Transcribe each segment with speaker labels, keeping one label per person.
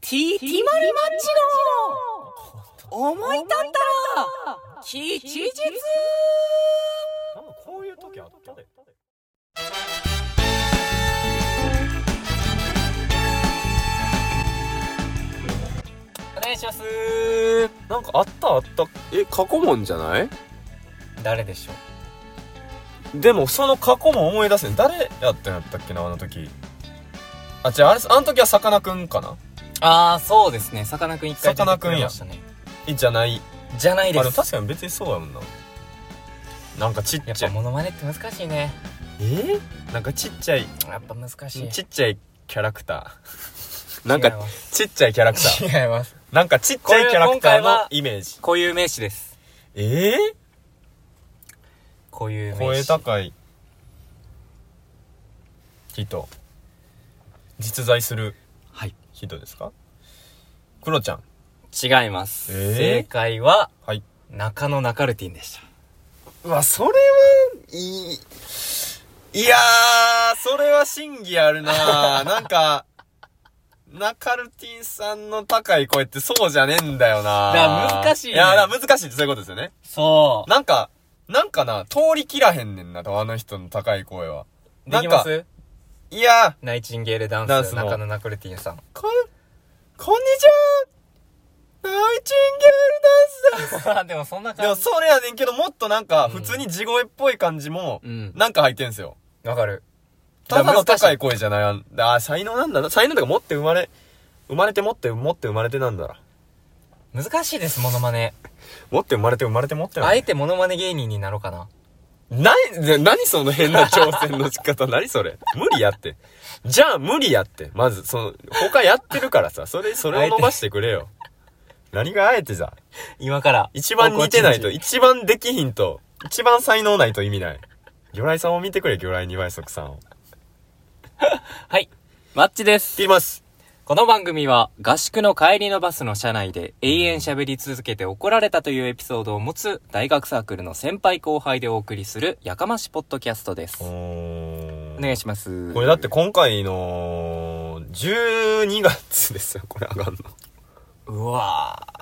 Speaker 1: ティティマリマッチの思い立ったら吉日
Speaker 2: なんかこういう時あったで。
Speaker 3: お願いします
Speaker 2: なんかあったあった。え、過去問じゃない
Speaker 3: 誰でしょ
Speaker 2: でもその過去も思い出せん。誰やったんやったっけな、あの時。あ、違う、あれ、あの時はさかなクンかな
Speaker 3: うああそうですねさかなクン一回出てくれましたね
Speaker 2: えじゃない。
Speaker 3: じゃないで
Speaker 2: あ、でも
Speaker 3: す
Speaker 2: 確かに別にそうやもんな。なんかちっ
Speaker 3: やっ
Speaker 2: ちゃ
Speaker 3: ぱ
Speaker 2: い。
Speaker 3: モノマネって難しいね
Speaker 2: えなんかちっちゃい、
Speaker 3: やっぱ難しい
Speaker 2: ちっちゃいキャラクター。なんか
Speaker 3: 違います
Speaker 2: ちっちゃいキャラクタ ー。
Speaker 3: 違います
Speaker 2: なんかちっちゃいキャラクターのイメージ。
Speaker 3: 固有名詞です
Speaker 2: ええ
Speaker 3: 固有名詞
Speaker 2: 声高い人実在する
Speaker 3: はい
Speaker 2: 人ですかクロちゃん
Speaker 3: 違います、
Speaker 2: えー
Speaker 3: 正解は
Speaker 2: はい
Speaker 3: 中野ナカルティンでした
Speaker 2: うわそれはいいいやーそれは真偽あるななんかナカルティンさんの高い声ってそうじゃねえんだよな
Speaker 3: だから難しいね
Speaker 2: いやだから難しいってそういうことですよね
Speaker 3: そ
Speaker 2: なんかなんかな通り切らへんねんなあの人の高い声は
Speaker 3: うで
Speaker 2: なん
Speaker 3: き
Speaker 2: か
Speaker 3: ます
Speaker 2: いやー
Speaker 3: ナイチンゲールダンス
Speaker 2: ダンスの
Speaker 3: 中野ナカルティンさん
Speaker 2: こん、こんにちはナイチンゲールダンスで
Speaker 3: でもそんな
Speaker 2: すでも
Speaker 3: 感じ
Speaker 2: それやねんけど、もっとなんか、
Speaker 3: うん
Speaker 2: 普通に地声っぽい感じも
Speaker 3: う、ん
Speaker 2: なんか入ってんすよ。
Speaker 3: わかる
Speaker 2: ただの高
Speaker 3: い
Speaker 2: い声じゃない。あんあー、才能なんだな。才能とか持って生まれ、生まれて持って、持って生まれてなんだな。
Speaker 3: 難しい難しいですモノマネ
Speaker 2: 持って生まれて生まれて持ってな
Speaker 3: あ
Speaker 2: ん
Speaker 3: え
Speaker 2: だ。
Speaker 3: てモノマネ芸人になろうかな
Speaker 2: な、な何その変な挑戦の仕 方何それ無理やって。じゃあ無理やって。まず、その、他やってるからさ、それ、それを伸ばしてくれよ。何があえてじゃ。
Speaker 3: 今から
Speaker 2: 一番似てない
Speaker 3: 高
Speaker 2: と、
Speaker 3: 校一
Speaker 2: 一番できひんと、一番才能ないと意味ない。魚雷さんを見てくれ、魚雷二倍速さんを。
Speaker 3: 日はいマッチです
Speaker 2: 切ります。
Speaker 3: この番組は合宿の帰りのバスの車内で永遠喋り続けて怒られたというエピソードを持つ大学サークルの先輩後輩でお送りするやかましポッドキャストです。お
Speaker 2: お
Speaker 3: 願いします。
Speaker 2: これだって今回の、12月ですよ、これ上がるの。
Speaker 3: うわぁ、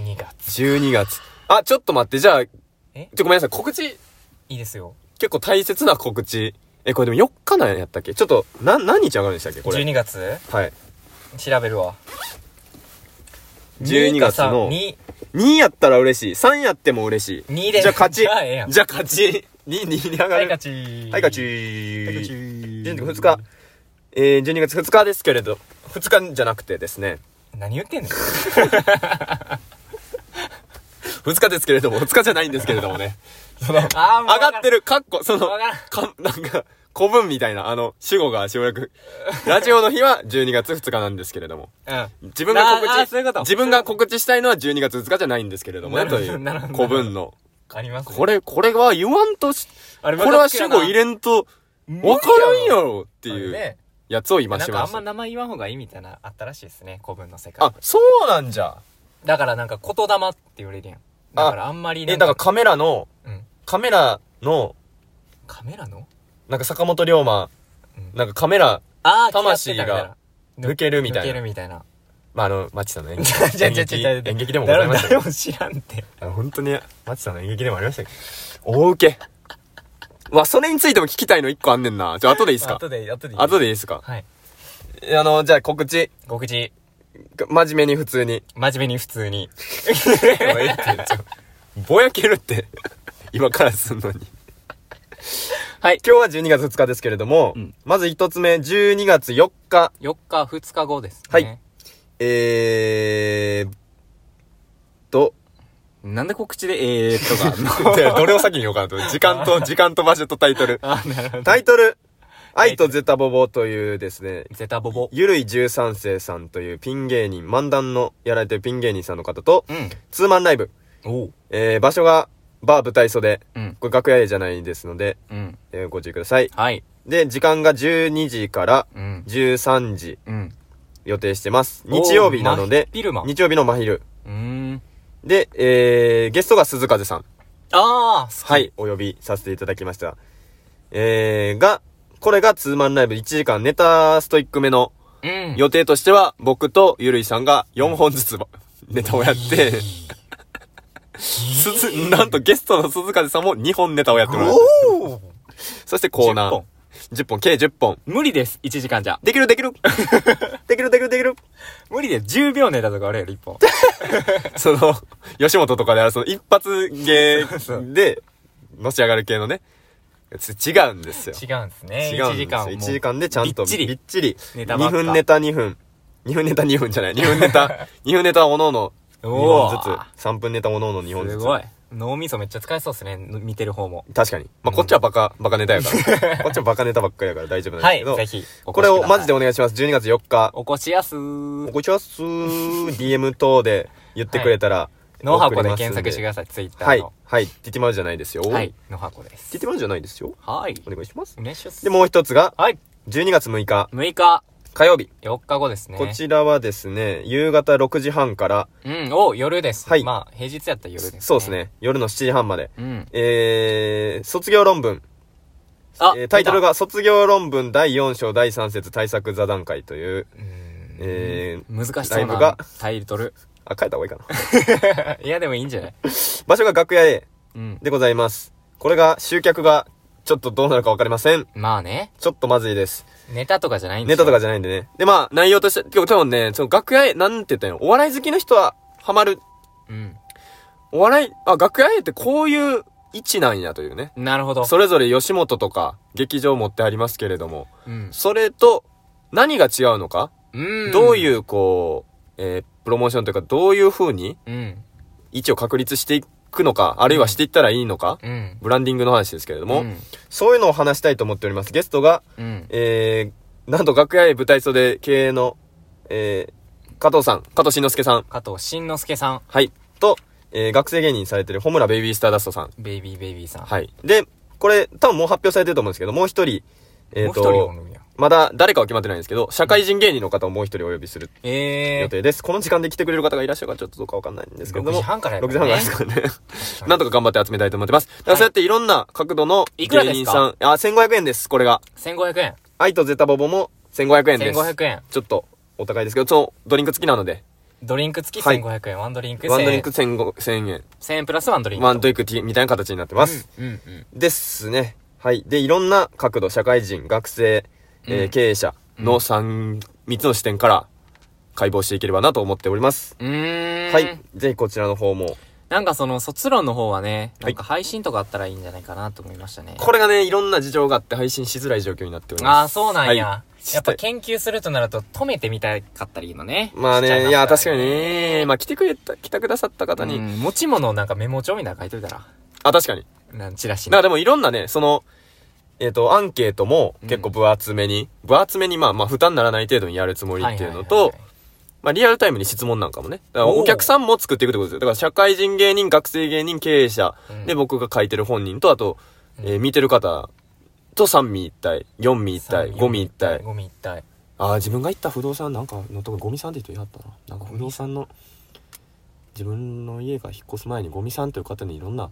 Speaker 3: 12月。
Speaker 2: 12月。あ、ちょっと待って、じゃあ、ち
Speaker 3: え
Speaker 2: ょ、ごめんなさい、告知、
Speaker 3: いいですよ。
Speaker 2: 結構大切な告知。え、これでも4日なんやったっけちょっと、な、何日上がるんでしたっけこれ。
Speaker 3: 12月
Speaker 2: はい。
Speaker 3: 調べるわ。
Speaker 2: 12月の
Speaker 3: 2、
Speaker 2: 2やったら嬉しい。3やっても嬉しい。
Speaker 3: 2で。
Speaker 2: じゃあ勝ち。
Speaker 3: じゃあええやん。
Speaker 2: じゃあ勝ち。2、2に上が
Speaker 3: はい、
Speaker 2: る。
Speaker 3: 勝ち。
Speaker 2: はい、勝ち。12月2日。えー、12月2日ですけれど、2日じゃなくてですね、
Speaker 3: 何言 ってんの
Speaker 2: 2日ですけれども、2日じゃないんですけれどもね、その、上
Speaker 3: あー もうわかる
Speaker 2: がってる、かっこ、その
Speaker 3: わからん、
Speaker 2: か、なんか、古文みたいな、あの、主語が省略。ラジオの日は12月2日なんですけれども、
Speaker 3: うん。
Speaker 2: 自分が告
Speaker 3: あーあー
Speaker 2: 知、
Speaker 3: そういうこと
Speaker 2: 自分が告知したいのは12月2日じゃないんですけれどもね、
Speaker 3: なる
Speaker 2: と
Speaker 3: ほど
Speaker 2: いう
Speaker 3: なるほど
Speaker 2: 古文の。
Speaker 3: ありますね、
Speaker 2: これ、これは言わんとし、
Speaker 3: あれ
Speaker 2: これは主語入れんと、わからんや
Speaker 3: っ
Speaker 2: ろっていう
Speaker 3: ね。
Speaker 2: やつを今
Speaker 3: なん
Speaker 2: し
Speaker 3: か
Speaker 2: ま
Speaker 3: あん
Speaker 2: し
Speaker 3: ま
Speaker 2: た。
Speaker 3: 名前言わん方がいいみたいなあったらしいですね、古文の世界
Speaker 2: あ。、そうなんじゃ。
Speaker 3: だからなんか言霊って言われるやん。だからあんまり
Speaker 2: え、
Speaker 3: ね。
Speaker 2: だからカメラの、
Speaker 3: うん。
Speaker 2: カメラの、
Speaker 3: カメラの
Speaker 2: なんか坂本龍馬、
Speaker 3: うん
Speaker 2: なんかカメラ、
Speaker 3: あー
Speaker 2: 魂
Speaker 3: 嫌ってたみたいな
Speaker 2: が抜けるみたい
Speaker 3: 抜
Speaker 2: な
Speaker 3: けるみ たいな。
Speaker 2: まあ、あの、マチさんの演
Speaker 3: じ
Speaker 2: 劇
Speaker 3: ゃ
Speaker 2: 演
Speaker 3: じゃじ
Speaker 2: 劇
Speaker 3: ゃ
Speaker 2: 演劇でもございました
Speaker 3: 誰
Speaker 2: よ
Speaker 3: も。知らんって。
Speaker 2: あの本当に、マチさんの演劇でもありましたけど。大受け。うわ、それについても聞きたいの一個あんねんな。ちょ、後でいいっすか
Speaker 3: 後で、後でいい。
Speaker 2: 後でいいっすか
Speaker 3: はい。
Speaker 2: えあの、じゃあ告知。
Speaker 3: 告知、
Speaker 2: 真面目に普通に。
Speaker 3: 真面目に普通に。
Speaker 2: おいってちょ ぼやけるって。今からすんのに。
Speaker 3: はい。
Speaker 2: 今日は12月2日ですけれども、
Speaker 3: うん
Speaker 2: まず一つ目、12月4日。
Speaker 3: 4日、2日後ですね。
Speaker 2: はい。えーっと、
Speaker 3: なんで告知で、えーっとか。
Speaker 2: で どれを先に言おうかなと。時間 と、時間と場所とタイトル。
Speaker 3: あ、なるほど。
Speaker 2: タイトル、愛とゼタボボというですね、
Speaker 3: ゼタボボ。
Speaker 2: ゆるい13世さんというピン芸人、漫談のやられてるピン芸人さんの方と、
Speaker 3: うん。
Speaker 2: ツーマンライブ。
Speaker 3: おう。
Speaker 2: えー、場所が、バー舞台袖。
Speaker 3: うん。
Speaker 2: これ楽屋 A じゃないですので、
Speaker 3: うん。
Speaker 2: えーご注意ください。
Speaker 3: はい。
Speaker 2: で、時間が12時から
Speaker 3: うん。
Speaker 2: 13時
Speaker 3: うん。
Speaker 2: 予定してます。日曜日なので、
Speaker 3: ビルマ。う
Speaker 2: 日曜日の真昼。
Speaker 3: ーん。
Speaker 2: で、えー、ゲストが鈴風さん。
Speaker 3: ああ、好き
Speaker 2: はい、。お呼びさせていただきました。えー、が、これがツーマンライブ1時間ネタストイックめの、
Speaker 3: ううん。
Speaker 2: 予定としては僕とゆるいさんが4本ずつば ネタをやって、鈴、なんとゲストの鈴風さんも2本ネタをやってもらう。
Speaker 3: おお
Speaker 2: そしてコーナ
Speaker 3: 10
Speaker 2: ー
Speaker 3: 本。
Speaker 2: 10本、計10本。
Speaker 3: 無理です、1時間じゃ。
Speaker 2: できるで きるできるできるできる
Speaker 3: 無理です、10秒ネタとかあるやろ、1本。
Speaker 2: その、吉本とかであるその一発芸 で、のし上がる系のね。つ違うんですよ。
Speaker 3: 違うんですね。
Speaker 2: 違うん
Speaker 3: 1時
Speaker 2: です
Speaker 3: 間。
Speaker 2: よ1時間でちゃんと
Speaker 3: びっちり
Speaker 2: びっちり。
Speaker 3: ネタば
Speaker 2: 2
Speaker 3: っか
Speaker 2: 分ネタ2分。2分ネタ2分じゃない。2分 ネタ、2分ネタおのおの2
Speaker 3: おー
Speaker 2: 本ずつ。3分ネタおのおの2本ず
Speaker 3: す
Speaker 2: つ。
Speaker 3: ごい。脳みそめっちゃ使えそうですね、見てる方も。
Speaker 2: 確かに。まあ、こっちはバカ、バカネタ やから。こっちはバカネタばっかりやから大丈夫なんで
Speaker 3: は
Speaker 2: す
Speaker 3: い、
Speaker 2: けど。
Speaker 3: ぜひ。
Speaker 2: これをマジで
Speaker 3: お
Speaker 2: お願いします。12月4日。
Speaker 3: 越しやす
Speaker 2: お
Speaker 3: ー。
Speaker 2: こちはすー、DM 等で言ってくれたら。
Speaker 3: の箱で
Speaker 2: 送り
Speaker 3: 検
Speaker 2: ますん
Speaker 3: 索してください、ツイッタ
Speaker 2: は
Speaker 3: ー
Speaker 2: い
Speaker 3: の。。
Speaker 2: はい。ティティマルじゃないですよ。
Speaker 3: はい、の箱です
Speaker 2: ティ。ティマルじゃないですよ。
Speaker 3: はい
Speaker 2: お。願いします
Speaker 3: お。願いします
Speaker 2: で、もう一つが、
Speaker 3: はい。
Speaker 2: 12月6日
Speaker 3: 6日、
Speaker 2: 火曜日。
Speaker 3: 4日後ですね。
Speaker 2: こちらはですね、夕方6時半から、
Speaker 3: うん、お、夜です。
Speaker 2: はい
Speaker 3: まあ、平日やったら夜ですね。
Speaker 2: そうです。ね、夜の7時半まで。
Speaker 3: うん。
Speaker 2: えー、卒業論文。
Speaker 3: あ
Speaker 2: えータイトル。が、卒業論文第4章第3節対策座談会という、
Speaker 3: 見たうん
Speaker 2: えー、
Speaker 3: 難し
Speaker 2: ラ
Speaker 3: そ
Speaker 2: イ
Speaker 3: う
Speaker 2: ブ
Speaker 3: な
Speaker 2: が
Speaker 3: タイトル。
Speaker 2: あ、書いた方がいいかな。
Speaker 3: いや、でもいいんじゃない
Speaker 2: 場所が楽屋 A
Speaker 3: うん。
Speaker 2: でございます。これが、集客が、ちょっとどうなるかわかりません。
Speaker 3: まあね、
Speaker 2: ちょっとまずいです。
Speaker 3: ネタとかじゃないんで
Speaker 2: ネ
Speaker 3: すよ
Speaker 2: タとかじゃないんでね。で、まあ、内容として、でも多分ね、その楽屋 A、なんて言ったんやろお笑い好きの人は、ハマる。
Speaker 3: うん。
Speaker 2: お笑い、あ、楽屋 A ってこういう位置なんやというね。
Speaker 3: なるほど。
Speaker 2: それぞれ吉本とか劇場持ってありますけれども、
Speaker 3: うん。
Speaker 2: それと何が違うのか、
Speaker 3: うん。。
Speaker 2: どういううこう、えープロモーションというかどういう風に
Speaker 3: うん。
Speaker 2: 位置を確立していくのか、あるいはしていったらいいのか、
Speaker 3: うん。
Speaker 2: ブランディングの話ですけれども、
Speaker 3: うん
Speaker 2: そういうのを話したいと思っております。ゲストが、
Speaker 3: うん。
Speaker 2: えー、なんと楽屋へ舞台袖経営の、えー、加藤さん、加藤慎之介さん、
Speaker 3: 加藤慎之介さん、
Speaker 2: はい、と、えー、学生芸人されてるホムラベイビースターダストさん、
Speaker 3: ベイビーベイビーさん。
Speaker 2: はい。で、これ、多分もう発表されてると思うんですけど、もう一人、えっ、
Speaker 3: もう一人お
Speaker 2: と
Speaker 3: る、んや。
Speaker 2: まだ誰かは決まってないんですけど、社会人芸人の方をもう一人お呼びする
Speaker 3: ええ。
Speaker 2: 予定です。この時間で来てくれる方がいらっしゃるかちょっとどうかわかんないんですけれども。
Speaker 3: 6時半からや
Speaker 2: 6
Speaker 3: もん
Speaker 2: 時
Speaker 3: ね
Speaker 2: 半からですからね。
Speaker 3: に
Speaker 2: なんとか頑張って集めたいと思ってます。だからそうやっていろんな角度の芸
Speaker 3: いくらです
Speaker 2: 人
Speaker 3: か
Speaker 2: さん、あ、1500円です、これが。
Speaker 3: 1500円。
Speaker 2: 愛とゼタボボも1500円です。
Speaker 3: 1500円。
Speaker 2: ちょっとお高いですけど、そのドリンク付きなので、
Speaker 3: ドリンク付き
Speaker 2: はい
Speaker 3: 1500円。ワンドリンク1000円。
Speaker 2: ワンドリンク1500 1000円、
Speaker 3: 1000円プラスワンドリンク。
Speaker 2: ワンドリンクみたいな形になってます。
Speaker 3: うんうん。
Speaker 2: ですね。はい。で、いろんな角度、社会人、学生、えー
Speaker 3: うん
Speaker 2: 経営者
Speaker 3: う
Speaker 2: の
Speaker 3: ん
Speaker 2: 三三つの視点から解剖していければなと思っております。
Speaker 3: うーん。
Speaker 2: はい。。ぜひこちらの方も。
Speaker 3: なんかその卒論の方はね、
Speaker 2: は
Speaker 3: ないんか配信とかあったらいいんじゃないかなと思いましたね。
Speaker 2: これがね、いろんな事情があって配信しづらい状況になっております。
Speaker 3: ああ、そうなんや。
Speaker 2: は
Speaker 3: やっぱ研究するとなると止めてみたかったりのね。
Speaker 2: い、まあ
Speaker 3: しちゃ
Speaker 2: ね、い
Speaker 3: ます
Speaker 2: や、
Speaker 3: ら
Speaker 2: 確かに。ね、まあ来てくれた、来たくださった方に、
Speaker 3: うん、持ち物をなんかメモ帳みたいなの書いといたら。
Speaker 2: あ、確かに。
Speaker 3: なんチラシに
Speaker 2: だからでもいろんなね、その、えっ、と、アンケートも結構分厚めに、分厚めにまあまあ負担にならない程度にやるつもりっていうのと、
Speaker 3: ははは
Speaker 2: まあ、リアルタイムに質問なんかもね。だから
Speaker 3: おー
Speaker 2: お客さんも作っていくってことですよ。だから、社会人芸人、学生芸人、経営者、
Speaker 3: うん
Speaker 2: で、僕が書いてる本人と、あと、えー見てる方と三味一体、四味一体、
Speaker 3: 三
Speaker 2: 五味一体。
Speaker 3: ゴミ一体。
Speaker 2: ああ、自分が行った不動産なんかのとこ、ゴミさんって人いはったな。なんか不動産の、自分の家が引っ越す前にゴミさんという方にいろんな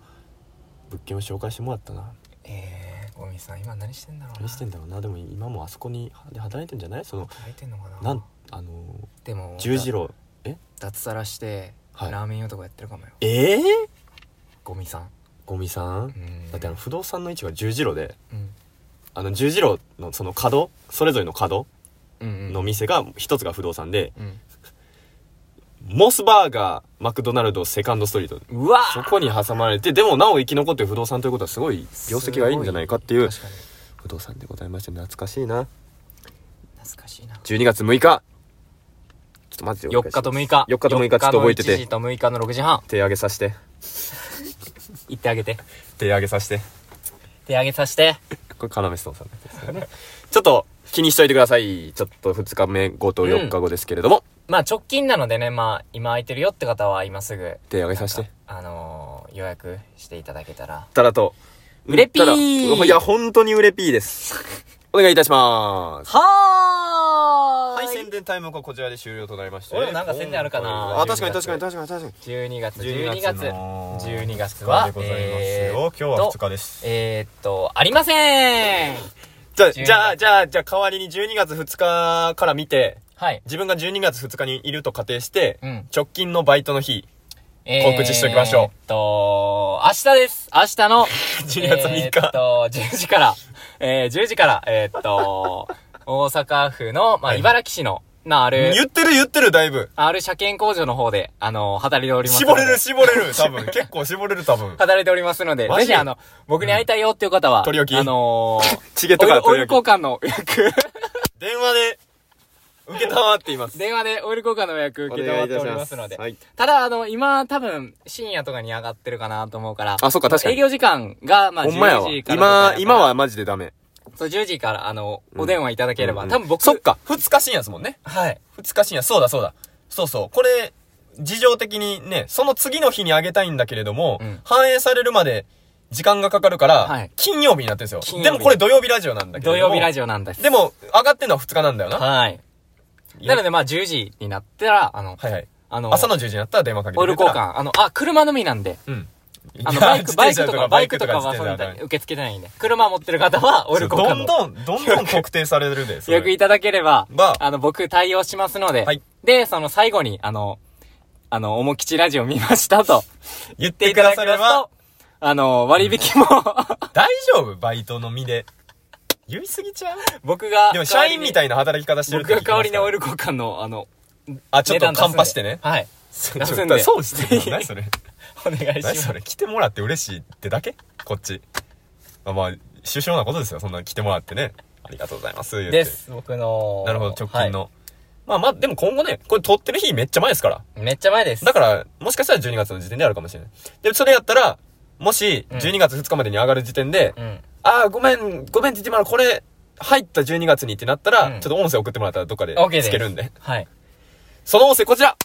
Speaker 2: 物件を紹介してもらったな。
Speaker 3: えー、ゴミさん今何してんだろうな。
Speaker 2: 何してんだろうな。でも今もあそこにで働いてんじゃないその、
Speaker 3: 書いてんのかな。
Speaker 2: なん、あの
Speaker 3: でも
Speaker 2: ー、、十字路。え
Speaker 3: 脱サラして、
Speaker 2: はい
Speaker 3: ラーメン屋とかやってるかもよ。
Speaker 2: ええ
Speaker 3: ゴミさん。
Speaker 2: ゴミさん
Speaker 3: うん
Speaker 2: だってあの不動産の位置が十字路で
Speaker 3: うん。
Speaker 2: あの十字路のその角それぞれの角
Speaker 3: うんうん。
Speaker 2: の店が一つが不動産で、
Speaker 3: うん。
Speaker 2: モスバーガーマクドナルドセカンドストリート
Speaker 3: うわ
Speaker 2: そこに挟まれてでもなお生き残ってる不動産ということはすごい業績がいいんじゃないかっていう
Speaker 3: 確かに。
Speaker 2: 不動産でございまして懐かしいな
Speaker 3: 懐かしいな。
Speaker 2: 12月6日ちょっとマジでお願
Speaker 3: 4
Speaker 2: いします
Speaker 3: 日と6日。
Speaker 2: 4日と6日ちょっと覚えて
Speaker 3: 4
Speaker 2: て
Speaker 3: 日の1時と6日の6時半。
Speaker 2: 手上げさせて
Speaker 3: 行ってあげて。
Speaker 2: 手上げさせて
Speaker 3: 手上げさせて。
Speaker 2: これカナメストンさんですよねちょっと気にしといてくださいちょっと2日目後と4日後ですけれども、
Speaker 3: まあ直近なのでね、まあ今空いてるよって方は今すぐ、
Speaker 2: 手上げさせて
Speaker 3: あのー、予約していただけたら。
Speaker 2: たらと。
Speaker 3: うれぴー
Speaker 2: たらいや、本当にうれぴ ーです。お願いいたします。
Speaker 1: は
Speaker 2: はい、
Speaker 1: ー
Speaker 2: 宣伝タイムがこちらで終了となりまして。
Speaker 3: 俺もなんか宣伝あるかな
Speaker 2: あ、確かに確かに確かに確かに。
Speaker 3: 12月、12
Speaker 2: 12
Speaker 3: 月
Speaker 2: 月、
Speaker 3: 12月は、えーっと
Speaker 2: です。
Speaker 3: えーっと、ありません
Speaker 2: じゃあ、じゃあ、じゃあ、じゃあ、代わりに12月2日から見て、
Speaker 3: はい。
Speaker 2: 自分が12月2日にいると仮定して、
Speaker 3: うん
Speaker 2: 直近のバイトの日、
Speaker 3: えー
Speaker 2: 告知しときましょう
Speaker 3: えーっと、明日です。明日 の、え
Speaker 2: 12月3
Speaker 3: ーっ
Speaker 2: 日。
Speaker 3: と、10時から、えー、10時から、えーっと、大阪府の、まあ、
Speaker 2: はい
Speaker 3: 茨城市の、な、ある、
Speaker 2: 言ってる言ってる、だいぶ。
Speaker 3: ある車検工場の方で、あの、働いておりますの
Speaker 2: 絞
Speaker 3: で。
Speaker 2: れる、絞れ る、多分。結構絞れる、多分。
Speaker 3: 働いておりますので、
Speaker 2: マ
Speaker 3: ぜ
Speaker 2: ジ
Speaker 3: ひあの、僕に会いたいよっていう方は、
Speaker 2: 取り置き
Speaker 3: あのー、
Speaker 2: チ ケットから
Speaker 3: オイルオイル
Speaker 2: 取り
Speaker 3: 交
Speaker 2: 置
Speaker 3: 換の予 約、
Speaker 2: 電話で、受けたまっています。
Speaker 3: 電話でオイル交換の予約受け取っておりますので。
Speaker 2: はい。
Speaker 3: ただ、あの、今、多分、深夜とかに上がってるかなと思うから。
Speaker 2: あそっか確かに
Speaker 3: 営業時間が、まあ、
Speaker 2: ほんまやわ。
Speaker 3: 10時からとかやから
Speaker 2: 今、今。はマジでダメ。
Speaker 3: そう、10時から、あの、お電話いただければ。
Speaker 2: うん
Speaker 3: 多分僕、
Speaker 2: そっ。か、2日深夜ですもんね。
Speaker 3: はい。
Speaker 2: 2日深夜、そうだそうだ。そうそう。これ、事情的にね、その次の日にあげたいんだけれども、
Speaker 3: うん
Speaker 2: 反映されるまで時間がかかるから、
Speaker 3: はい
Speaker 2: 金曜日になってるんです
Speaker 3: 金曜日
Speaker 2: よ。でもこれ土曜日ラジオなんだけれ
Speaker 3: 土
Speaker 2: ども。
Speaker 3: 曜日ラジオなんです。
Speaker 2: で、も、上がってんのは2日なんだよな。
Speaker 3: はい。なので、まあ、10時になったら、あの、
Speaker 2: はいはい。
Speaker 3: あの、
Speaker 2: 朝の10時になったら電話かけて
Speaker 3: オイ
Speaker 2: く
Speaker 3: ル
Speaker 2: れた
Speaker 3: 交
Speaker 2: ら。
Speaker 3: 換。あの、あ、車のみなんで。
Speaker 2: うん。
Speaker 3: あの、
Speaker 2: いや
Speaker 3: バイク、
Speaker 2: 自
Speaker 3: バイ
Speaker 2: 転
Speaker 3: ク
Speaker 2: 車
Speaker 3: とか、バイクとか
Speaker 2: 自
Speaker 3: は
Speaker 2: 転
Speaker 3: そ
Speaker 2: 車
Speaker 3: ん
Speaker 2: とか
Speaker 3: なに受け付けてないんで。車持ってる方は、オイル交
Speaker 2: ど
Speaker 3: 換
Speaker 2: ん
Speaker 3: の
Speaker 2: どん、どんどん特定されるで、そ
Speaker 3: 予
Speaker 2: れ
Speaker 3: 約いただければ
Speaker 2: ば、
Speaker 3: あの、僕対応しますので
Speaker 2: はい、
Speaker 3: で、その最後に、あの、あの、おもきちラジオ見ましたと言
Speaker 2: 言っ
Speaker 3: って
Speaker 2: て
Speaker 3: い
Speaker 2: く
Speaker 3: ただけ
Speaker 2: ださ
Speaker 3: ま
Speaker 2: れ
Speaker 3: す
Speaker 2: ば
Speaker 3: と、、あの、割引 も、
Speaker 2: 大丈夫バイトの身で。言いすぎちゃう
Speaker 3: 僕が、
Speaker 2: でも社員みた
Speaker 3: い
Speaker 2: いな働き方してる
Speaker 3: 僕が代わりにオイ
Speaker 2: る。
Speaker 3: ル交換の、あの、
Speaker 2: あ、ちょっと
Speaker 3: 値段出すん
Speaker 2: カ
Speaker 3: で
Speaker 2: ンパしてね。
Speaker 3: はい。
Speaker 2: ち
Speaker 3: 出
Speaker 2: ょ
Speaker 3: すん
Speaker 2: っ
Speaker 3: で
Speaker 2: とそうしてんの 何それ
Speaker 3: お願い
Speaker 2: 何
Speaker 3: し
Speaker 2: そ
Speaker 3: ます。
Speaker 2: れ来てもらって嬉しいってだけこっち。まあまあ、首相なことですよ。そんな来てもらってね。ありがとうございます。言って
Speaker 3: です、僕の。
Speaker 2: なるほど、直近
Speaker 3: は
Speaker 2: の。まあまあ、でも今後ね、これ撮ってる日めっちゃ前ですから。
Speaker 3: い。めっちゃ前です。
Speaker 2: だから、もしかしたら12月の時点であるかもしれない。で、それやったら、もし、
Speaker 3: うん
Speaker 2: 12月2日までに上がる時点で、
Speaker 3: うん。
Speaker 2: ああ、ごめん、ごめんって言ってもらうこれ、入った12月にってなったら、
Speaker 3: うん
Speaker 2: ちょっと音声送ってもらったらどっかで
Speaker 3: OK です。
Speaker 2: つけるんで。。
Speaker 3: はい。
Speaker 2: その音声こちら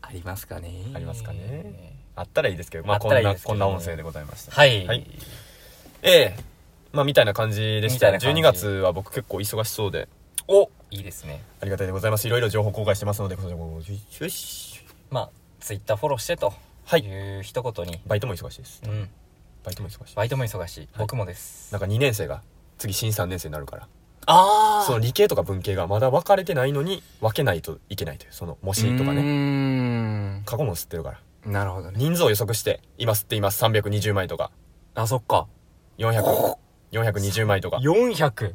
Speaker 3: ありますかね
Speaker 2: ありますかね。あったらいいですけど、ま
Speaker 3: あ
Speaker 2: あ
Speaker 3: っ
Speaker 2: こ
Speaker 3: たら
Speaker 2: ん
Speaker 3: いい
Speaker 2: な、
Speaker 3: ですけ
Speaker 2: こ
Speaker 3: ど
Speaker 2: ん
Speaker 3: ね
Speaker 2: な音声でございました。
Speaker 3: はい。
Speaker 2: はいええまあみたいな感じでし
Speaker 3: みた
Speaker 2: た。
Speaker 3: いな感じ
Speaker 2: 12月は僕結構忙しそうで、
Speaker 3: おいいですね。
Speaker 2: ありがたいでございます。いろいろ情報公開してますので、こちらも、よし。
Speaker 3: まあ、ツイッターフォローしてと。
Speaker 2: はい
Speaker 3: いう一言に。
Speaker 2: バイトも忙しいです。
Speaker 3: うん。
Speaker 2: バイトも忙しい。
Speaker 3: バイトも忙しい。僕もです。
Speaker 2: なんか2年生が、次新3年生になるから。
Speaker 3: あ
Speaker 2: その理系とか文系がまだ分かれてないのに分けないといけないという、その模試とか
Speaker 3: うー
Speaker 2: ね。
Speaker 3: ん。
Speaker 2: 過去も吸ってるから。
Speaker 3: なるほどね。
Speaker 2: 人数を予測して、今吸っています。320枚とか、
Speaker 3: あ、そっか。
Speaker 2: 400、420枚とか。
Speaker 3: 400。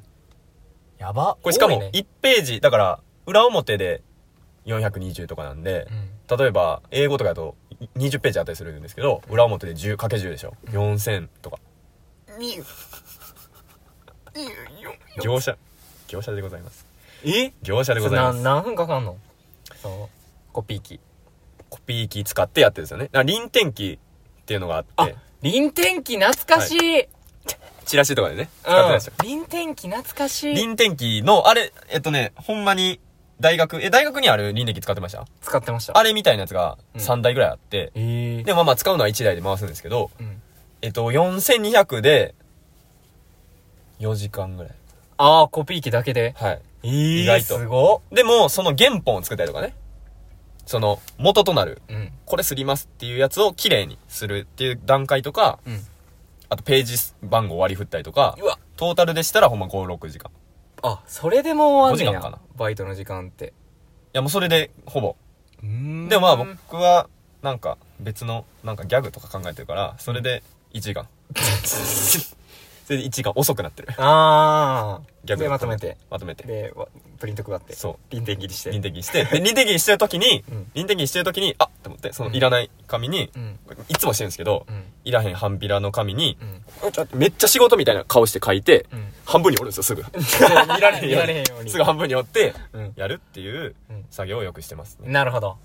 Speaker 3: やば。
Speaker 2: これしかも
Speaker 3: 多いね
Speaker 2: 1ページ、だから裏表で420とかなんで
Speaker 3: う、ん
Speaker 2: 例えば英語とかだとい20ページあったりするんですけど、裏表で 10×10 でしょ。4000とか。業者。業者でございます。
Speaker 3: え
Speaker 2: 業者でござい
Speaker 3: な
Speaker 2: ます。
Speaker 3: 何分かかんのそう。コピー機。
Speaker 2: コピー機使ってやってるんですよね。だから臨転機っていうのがあっ
Speaker 3: あ
Speaker 2: て、、
Speaker 3: 臨転機懐かしい。
Speaker 2: チラシとかでね、使ってた
Speaker 3: う
Speaker 2: で
Speaker 3: ん
Speaker 2: しょ。。
Speaker 3: 臨転機懐かしい。
Speaker 2: 臨転機の、あれ、えっとね、ほんまに、大学、え、大学にある臨転機使ってました
Speaker 3: 使ってました。
Speaker 2: あれみたいなやつが3台ぐらいあって、
Speaker 3: ええ。
Speaker 2: で、まあまあ使うのは1台で回すんですけど、
Speaker 3: うん
Speaker 2: えっと、4200で、4時間ぐらい。
Speaker 3: ああ、コピー機だけで。
Speaker 2: はい。
Speaker 3: ええ
Speaker 2: 意外と
Speaker 3: すご
Speaker 2: でも、その原本を作ったりとかね。その、元となる、
Speaker 3: っ。うん。
Speaker 2: これすりますっていうやつを綺麗にするっていう段階とか、
Speaker 3: うん。
Speaker 2: あとページ番号割り振ったりとか
Speaker 3: う、わ。
Speaker 2: トータルでしたらほんま5、6時間。い
Speaker 3: あ、それでも終わんねや
Speaker 2: 5時間かな
Speaker 3: バイトの時間って。
Speaker 2: や、もうそれで、ほぼ。
Speaker 3: うーん
Speaker 2: でもまあ僕は、なんか、別の、なんかギャグとか考えてるから、それで1時間。 それで1時間遅くなってる。
Speaker 3: ああ。
Speaker 2: ギャグ
Speaker 3: で、
Speaker 2: と
Speaker 3: ま
Speaker 2: か
Speaker 3: とめて。
Speaker 2: まとめて。
Speaker 3: で、わプリント配って。
Speaker 2: そう。
Speaker 3: 臨転切りして。
Speaker 2: 輪転機して、で、輪転機してるときに
Speaker 3: うん、
Speaker 2: 輪転機してるときに、あっと思って、そのいらない紙に
Speaker 3: う、ん。
Speaker 2: いつもしてるんですけど
Speaker 3: う、ん。
Speaker 2: いらへん半ピラの紙に、
Speaker 3: うん。
Speaker 2: めっちゃ仕事みたいな顔して書いて
Speaker 3: う、ん。
Speaker 2: 半分に折るんですよ、すぐ。見られへんよ
Speaker 3: 見
Speaker 2: うに
Speaker 3: られへんように。
Speaker 2: すぐ半分に折って、
Speaker 3: うん。
Speaker 2: やるっていう
Speaker 3: うん
Speaker 2: 作業をよくしてますね。
Speaker 3: なるほど。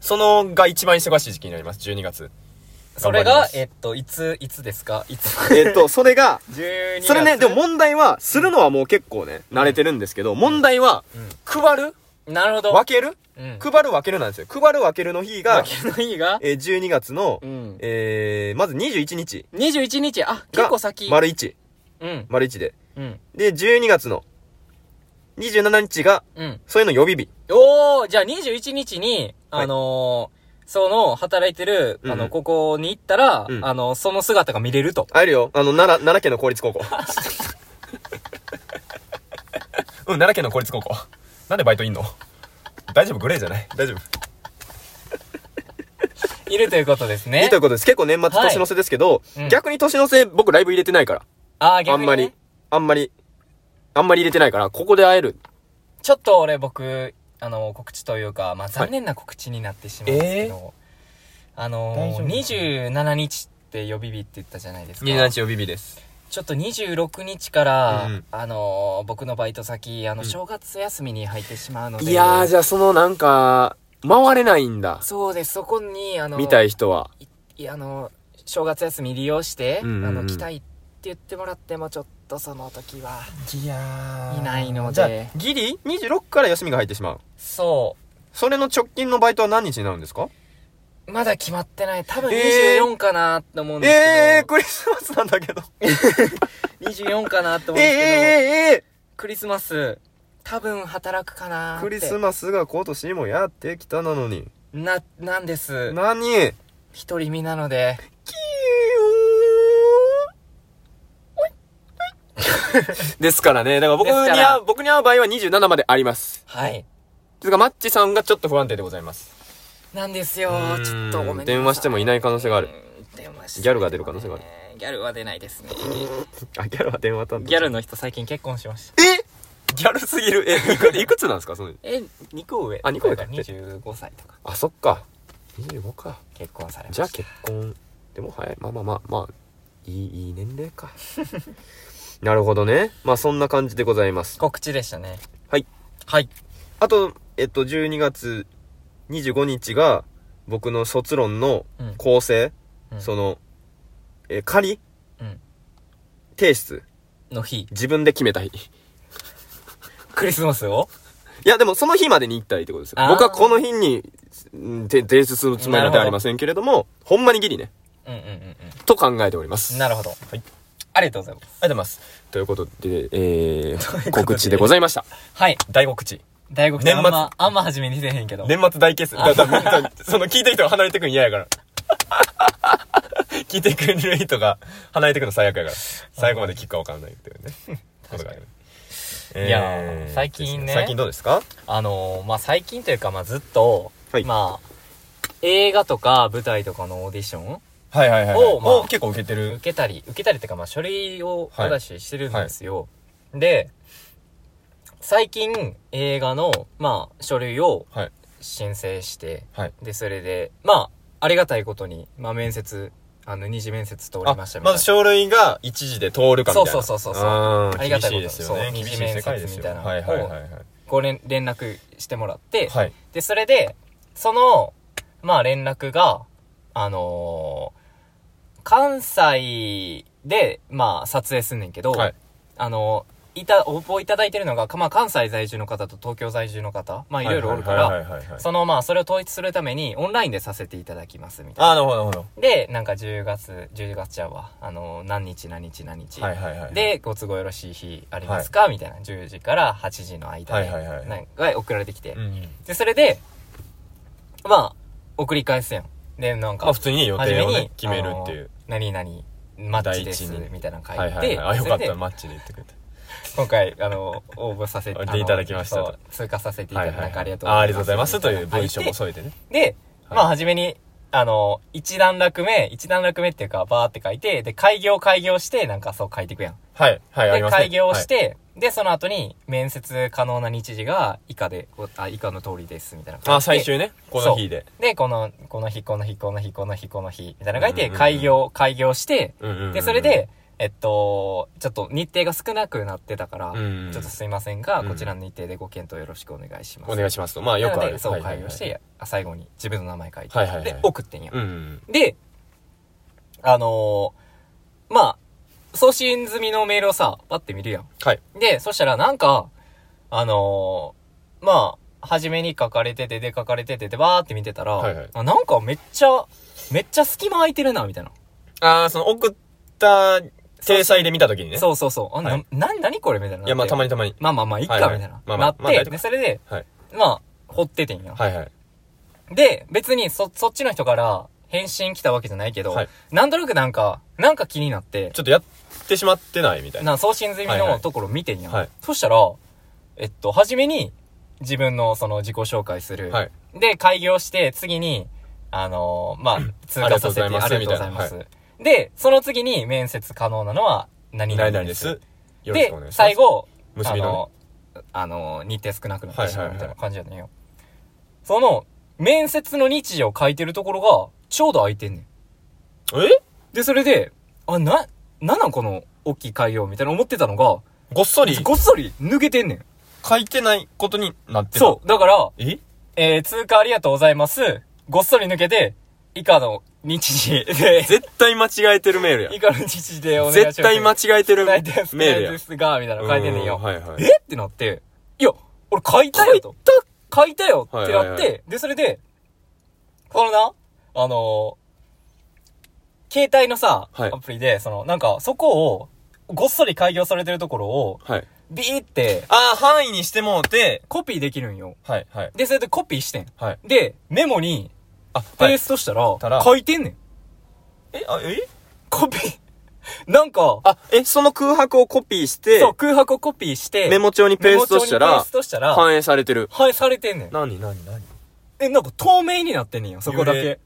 Speaker 2: そのが一番忙しい時期になります、12月。
Speaker 3: それ
Speaker 2: 頑張り
Speaker 3: が
Speaker 2: ま、す
Speaker 3: えっと、いつ、いつですかいつ。
Speaker 2: え っと、それが、
Speaker 3: 12月。
Speaker 2: それね、でも問題は、するのはもう結構ね、慣れてるんですけど、問題は、配る
Speaker 3: なるほど。
Speaker 2: 分ける
Speaker 3: うん。
Speaker 2: 配る分けるなんですよ。配る分けるの日が
Speaker 3: わ、けのいいが、
Speaker 2: えー12月の
Speaker 3: う、ん。
Speaker 2: えー、まず21日
Speaker 3: 21日、あ、
Speaker 2: が、
Speaker 3: 結構先。
Speaker 2: 丸1、
Speaker 3: うん。
Speaker 2: 丸1で。
Speaker 3: うん。
Speaker 2: で、12月の27日が、
Speaker 3: うん。
Speaker 2: それの予備日。
Speaker 3: おー、じゃあ21日に、
Speaker 2: はい
Speaker 3: あのー、その、働いてる、
Speaker 2: うん
Speaker 3: あの、ここに行ったら、
Speaker 2: うん
Speaker 3: あの、その姿が見れると。
Speaker 2: 会えるよ。あの、奈良、奈良県の公立高校。うん、奈良県の公立高校。なんでバイトいんの大丈夫グレーじゃない大丈夫
Speaker 3: いるということですね。
Speaker 2: いいということです。結構年末年の瀬ですけど、
Speaker 3: いうん
Speaker 2: 逆に年の瀬僕ライブ入れてないから。
Speaker 3: あー逆
Speaker 2: あ
Speaker 3: に
Speaker 2: ん
Speaker 3: ね
Speaker 2: まり、あんまり、あんまり入れてないから、ここで会える。
Speaker 3: ちょっと俺僕、あの、告知というか、まあ残念な告知になってしまうんですけど、あ
Speaker 2: 大
Speaker 3: の、
Speaker 2: 丈夫
Speaker 3: 27日って予備日って言ったじゃないですか。
Speaker 2: 曜日日です。
Speaker 3: ちょっと26日から、
Speaker 2: うん
Speaker 3: あの、僕のバイト先、あの、
Speaker 2: うん
Speaker 3: 正月休みに入ってしまうので。
Speaker 2: いやー、じ
Speaker 3: ゃ
Speaker 2: ゃあそのなんか、回れないんだ。
Speaker 3: そうです、そこに、あの、
Speaker 2: 見た
Speaker 3: い。
Speaker 2: い人は。
Speaker 3: いや、あの、正月休み利用して、
Speaker 2: うんうんうん
Speaker 3: あの、来たいって言ってもらっても、ちょっとその時は、
Speaker 2: いや
Speaker 3: ーいないので
Speaker 2: じゃあ、ギリ ?26 から休みが入ってしまう。
Speaker 3: そう。
Speaker 2: それの直近のバイトは何日になるんですか
Speaker 3: まだ決まってない。多分
Speaker 2: えー
Speaker 3: 24かなって思うんですけど。
Speaker 2: えー、クリスマスなんだけど。
Speaker 3: 24かなって思うん
Speaker 2: え
Speaker 3: で
Speaker 2: ー、
Speaker 3: すけど、
Speaker 2: えー、え
Speaker 3: クリスマス、多分働くかな
Speaker 2: ー、
Speaker 3: って。
Speaker 2: クリスマスが今年もやってきたなのに。
Speaker 3: な、なんです。
Speaker 2: 何
Speaker 3: 一人身なので。
Speaker 2: ですからね。だから僕に
Speaker 3: ですか
Speaker 2: は
Speaker 3: ら、
Speaker 2: 僕に会う場合は27まであります。
Speaker 3: はい。
Speaker 2: ですが、マッチさんがちょっと不安定でございます。
Speaker 3: なんですよ
Speaker 2: うー。ん
Speaker 3: ちょっとごめんなさい。
Speaker 2: 電話してもいない可能性がある
Speaker 3: うん。電話して、
Speaker 2: ギャルが出る可能性がある。
Speaker 3: ギャルは出ないですね。
Speaker 2: あ、ギャルは電話担当。
Speaker 3: ギャルの人最近結婚しました。
Speaker 2: えギャルすぎる。え、い くいくつなんですかその
Speaker 3: え、2個上。
Speaker 2: あ二個上か
Speaker 3: 25歳とか
Speaker 2: あ、そっか。25か。
Speaker 3: 結婚されまし
Speaker 2: じ
Speaker 3: た。
Speaker 2: ゃあ結婚。でも早い。まあまあまあ、まあ、いい、いい年齢 か。なるほどね。まあそんな感じでございます。
Speaker 3: 告知でしたね。
Speaker 2: はい。
Speaker 3: はい。
Speaker 2: あと、えっと、12月25日が、僕の卒論の
Speaker 3: うん
Speaker 2: 構成、
Speaker 3: うん
Speaker 2: その、えー仮
Speaker 3: うん。
Speaker 2: 提出。
Speaker 3: の日。
Speaker 2: 自分で決めた日。 い
Speaker 3: クリスマスを
Speaker 2: や、でもその日までに行ったりってことですよ
Speaker 3: あ。ー
Speaker 2: 僕はこの日に、うんて提出するつもりなんてありませんけれども、ほんまにギリね、
Speaker 3: うんうんうん
Speaker 2: と考えております。
Speaker 3: うん。なるほど。はい。ありがとうございます。
Speaker 2: ありがとうございます。というこ とで、え
Speaker 3: こと
Speaker 2: ー、
Speaker 3: で
Speaker 2: 告知でございました。
Speaker 3: はい。
Speaker 2: 大告知。
Speaker 3: 大国ってあん
Speaker 2: 年
Speaker 3: ま、あんま初めに出へんけど。
Speaker 2: 年末大決戦。だから多分その聞いてる人が離れてくん嫌やから。聞いてくれる人が離れてくの最悪やから。最後まで聞くかわかんないっていうね。ことがある。えー
Speaker 3: いやー最近ね
Speaker 2: 最近どうですか
Speaker 3: あのーまあ、最近というか、まあ、ずっと、
Speaker 2: はい
Speaker 3: まあ、映画とか舞台とかのオーディション
Speaker 2: はいはいはい
Speaker 3: はい
Speaker 2: を、も
Speaker 3: ま
Speaker 2: う
Speaker 3: あ
Speaker 2: 結構受けて
Speaker 3: 受
Speaker 2: る。
Speaker 3: けたり、受けたりっていうか、まあ、書類を
Speaker 2: はい
Speaker 3: お出ししてるんですよ。で、最近映画の、まあ、書類を
Speaker 2: はい。
Speaker 3: 申請して、
Speaker 2: はい。
Speaker 3: で、それで、まあ、ありがたいことに、まあ、面接、あの、二次面接通り
Speaker 2: あ、
Speaker 3: ま
Speaker 2: ま
Speaker 3: した
Speaker 2: ず
Speaker 3: みたいな。
Speaker 2: 書類が一時で通るかみたいな。
Speaker 3: そうそうそうそうそう
Speaker 2: あ
Speaker 3: あ
Speaker 2: ー
Speaker 3: りがたいこと
Speaker 2: 厳しいですよね。
Speaker 3: そう
Speaker 2: 厳しい世界で
Speaker 3: 二次面接
Speaker 2: すよ。
Speaker 3: みたいな
Speaker 2: はいはいはいはい。
Speaker 3: ご連連絡してもらって、
Speaker 2: はい。
Speaker 3: で、それで、その、まあ連絡が、あのー関西で、まあ撮影すんねんけど、
Speaker 2: はい。
Speaker 3: あのーいた、応募いただいてるのが、まあ関西在住の方と東京在住の方、まあいろいろおるか
Speaker 2: はい
Speaker 3: ら、
Speaker 2: はいはいはいはい。
Speaker 3: そのまあそれを統一するためにオンラインでさせていただきますみたい
Speaker 2: あー、なるほどなるほ
Speaker 3: な。で、なんか10月、10月ちゃうわ、あのー何日何日何日。
Speaker 2: ど。はいはいはい。、
Speaker 3: で、ご都合よろしい日ありますか、みたいな。10時から8時の間で、
Speaker 2: はいはいはい
Speaker 3: なんか送られてきて。
Speaker 2: うん。
Speaker 3: で、それで、まあ、送り返すやん。で、なん
Speaker 2: まあ
Speaker 3: か
Speaker 2: 普、通に予
Speaker 3: 初
Speaker 2: 定
Speaker 3: め
Speaker 2: を
Speaker 3: に
Speaker 2: ね、決めるってい
Speaker 3: あの
Speaker 2: う。
Speaker 3: 何々、マッチです
Speaker 2: 第一に、
Speaker 3: みたいなの書いて、
Speaker 2: はいはいはい。あ、よか
Speaker 3: そ
Speaker 2: っ
Speaker 3: れ
Speaker 2: た。
Speaker 3: で
Speaker 2: マッチで言ってくれて。
Speaker 3: 今回、あの、応募させ
Speaker 2: でいただきましたと
Speaker 3: あのそう通過させていた
Speaker 2: は
Speaker 3: だい
Speaker 2: い
Speaker 3: て、な
Speaker 2: はい
Speaker 3: んかありがとう
Speaker 2: あありがとうございます。という
Speaker 3: みたな
Speaker 2: 文章も
Speaker 3: 書い
Speaker 2: 添えてね。
Speaker 3: てで、
Speaker 2: はい
Speaker 3: まあ、初めに、あの、一段落目、一段落目っていうか、バーって書いて、で、開業開業して、なんかそう書いていくやん。
Speaker 2: はい。はい、あり
Speaker 3: で、
Speaker 2: ますね。
Speaker 3: 開業して、で、その後に、面接可能な日時が、以下で、こあ、以下の通りです、みたいな
Speaker 2: はい。
Speaker 3: 感
Speaker 2: あ、
Speaker 3: じで。
Speaker 2: 最終ね。この日で。
Speaker 3: で、この、この日、この日、この日、この日、この日、みたいなの書い
Speaker 2: うんう
Speaker 3: て、
Speaker 2: んうん
Speaker 3: 開業、開業して、
Speaker 2: うんうんうん
Speaker 3: で、それで、、えっと、ちょっと日程が少なくなってたから、
Speaker 2: うんうん
Speaker 3: ちょっとすいませんが、
Speaker 2: うん
Speaker 3: こちらの日程でご検討よろしくお願いします。
Speaker 2: お願いしますと。まあ、よ
Speaker 3: な
Speaker 2: くあ
Speaker 3: の
Speaker 2: る。
Speaker 3: で、そ
Speaker 2: は
Speaker 3: う、
Speaker 2: いは
Speaker 3: 開
Speaker 2: いはい
Speaker 3: 業して、。あ最後に自分の名前書いて、
Speaker 2: はいはいはい
Speaker 3: で、送ってんや。
Speaker 2: うんうん。
Speaker 3: で、あのーまあ、送信済みのメールをさ、パッて見るやん。
Speaker 2: はい。
Speaker 3: で、そしたらなんか、あのーまあ、初めに書かれてて、で書かれてて、で、バーって見てたら、
Speaker 2: はいはい
Speaker 3: あなんかめっちゃ、めっちゃ隙間空いてるな、みたいな。
Speaker 2: あー、その、送った、掲載で見たときにね。う。
Speaker 3: そうそうそう。あ、
Speaker 2: はい
Speaker 3: な、な、なにこれみたいな。
Speaker 2: いや、まあ、たま
Speaker 3: に。
Speaker 2: にたまに。
Speaker 3: まあまあまあ、いっか、
Speaker 2: は
Speaker 3: み
Speaker 2: いはい
Speaker 3: たいな。
Speaker 2: まあま
Speaker 3: な
Speaker 2: あ
Speaker 3: っ
Speaker 2: まあ大
Speaker 3: て、
Speaker 2: 丈夫
Speaker 3: で、それで、
Speaker 2: はい。
Speaker 3: まあ、掘っててんや。
Speaker 2: はいはい。
Speaker 3: で、別にそ、そっちの人から返信来たわけじゃないけど、
Speaker 2: はい
Speaker 3: なんとなくなんか、なんか気になって
Speaker 2: ち、ょっとやってしまってないみたいな。
Speaker 3: な送信済み
Speaker 2: はいは
Speaker 3: の
Speaker 2: い
Speaker 3: ところ見てんやん、
Speaker 2: はい
Speaker 3: そしたら、ええっと、初めに自分のその自己紹介する。
Speaker 2: はい
Speaker 3: で、開業して、次に、あのーまあ、通過させて、
Speaker 2: あ
Speaker 3: あ
Speaker 2: り
Speaker 3: り
Speaker 2: が
Speaker 3: が
Speaker 2: と
Speaker 3: とう
Speaker 2: うご
Speaker 3: ご
Speaker 2: ざ
Speaker 3: ざ
Speaker 2: い
Speaker 3: い
Speaker 2: ま
Speaker 3: ますす。で、その次に面接可能なのは何々
Speaker 2: 何々
Speaker 3: で
Speaker 2: ですす。。よろし
Speaker 3: で
Speaker 2: くお願いします。
Speaker 3: 最、後、
Speaker 2: 結びの
Speaker 3: あの、あの、日程少なくなってしま
Speaker 2: は
Speaker 3: う
Speaker 2: いはいはい
Speaker 3: みたいな感じやねんよ。その、面接の日時を書いてるところが、ちょうど空いてんねん。
Speaker 2: え
Speaker 3: で、それで、あ、な、なんなんこの、大きい海洋みたいな思ってたのが、
Speaker 2: ごっそり
Speaker 3: ごっそり抜けてんねん。
Speaker 2: 書いてないことになってた
Speaker 3: そう。だから、
Speaker 2: え
Speaker 3: えー、通過ありがとうございます。ごっそり抜けて、以下の日時で、
Speaker 2: 絶対間違えてるメールや
Speaker 3: 以。下の日時でお願いします。
Speaker 2: 絶対間違えて
Speaker 3: 少
Speaker 2: るメ
Speaker 3: ないです。少
Speaker 2: ール
Speaker 3: ない
Speaker 2: や
Speaker 3: で。すが、みたいなの書いてんねんよ。
Speaker 2: うんはいはい。
Speaker 3: えってなって、いや、俺書いたよと。書いたよってなって、
Speaker 2: はいはいは
Speaker 3: で、それで、このな、あのー携帯のさ、
Speaker 2: はい
Speaker 3: アプリで、その、なんか、そこを、ごっそり開業されてるところを、
Speaker 2: はい。
Speaker 3: ビーって、
Speaker 2: あー、範囲にしてもうて、
Speaker 3: コピーできるんよ。
Speaker 2: はいはい。
Speaker 3: で、それでコピーしてん。
Speaker 2: はい。
Speaker 3: で、メモに、
Speaker 2: あ、
Speaker 3: ペ
Speaker 2: はい
Speaker 3: ーストしたら、
Speaker 2: たら
Speaker 3: 書いてんねん。
Speaker 2: え、あ、え
Speaker 3: コピー。 なんか、
Speaker 2: あ、え、その空白をコピーして、
Speaker 3: そう、空白をコピーして、
Speaker 2: メモ帳にペース
Speaker 3: メモ
Speaker 2: トした
Speaker 3: 帳にペ
Speaker 2: ら
Speaker 3: ース、トしたら、
Speaker 2: 反映されてる。
Speaker 3: はい、されてんねん。
Speaker 2: なになになに
Speaker 3: え、なんか透明になってんねんよ、そこだ
Speaker 2: 幽霊
Speaker 3: け。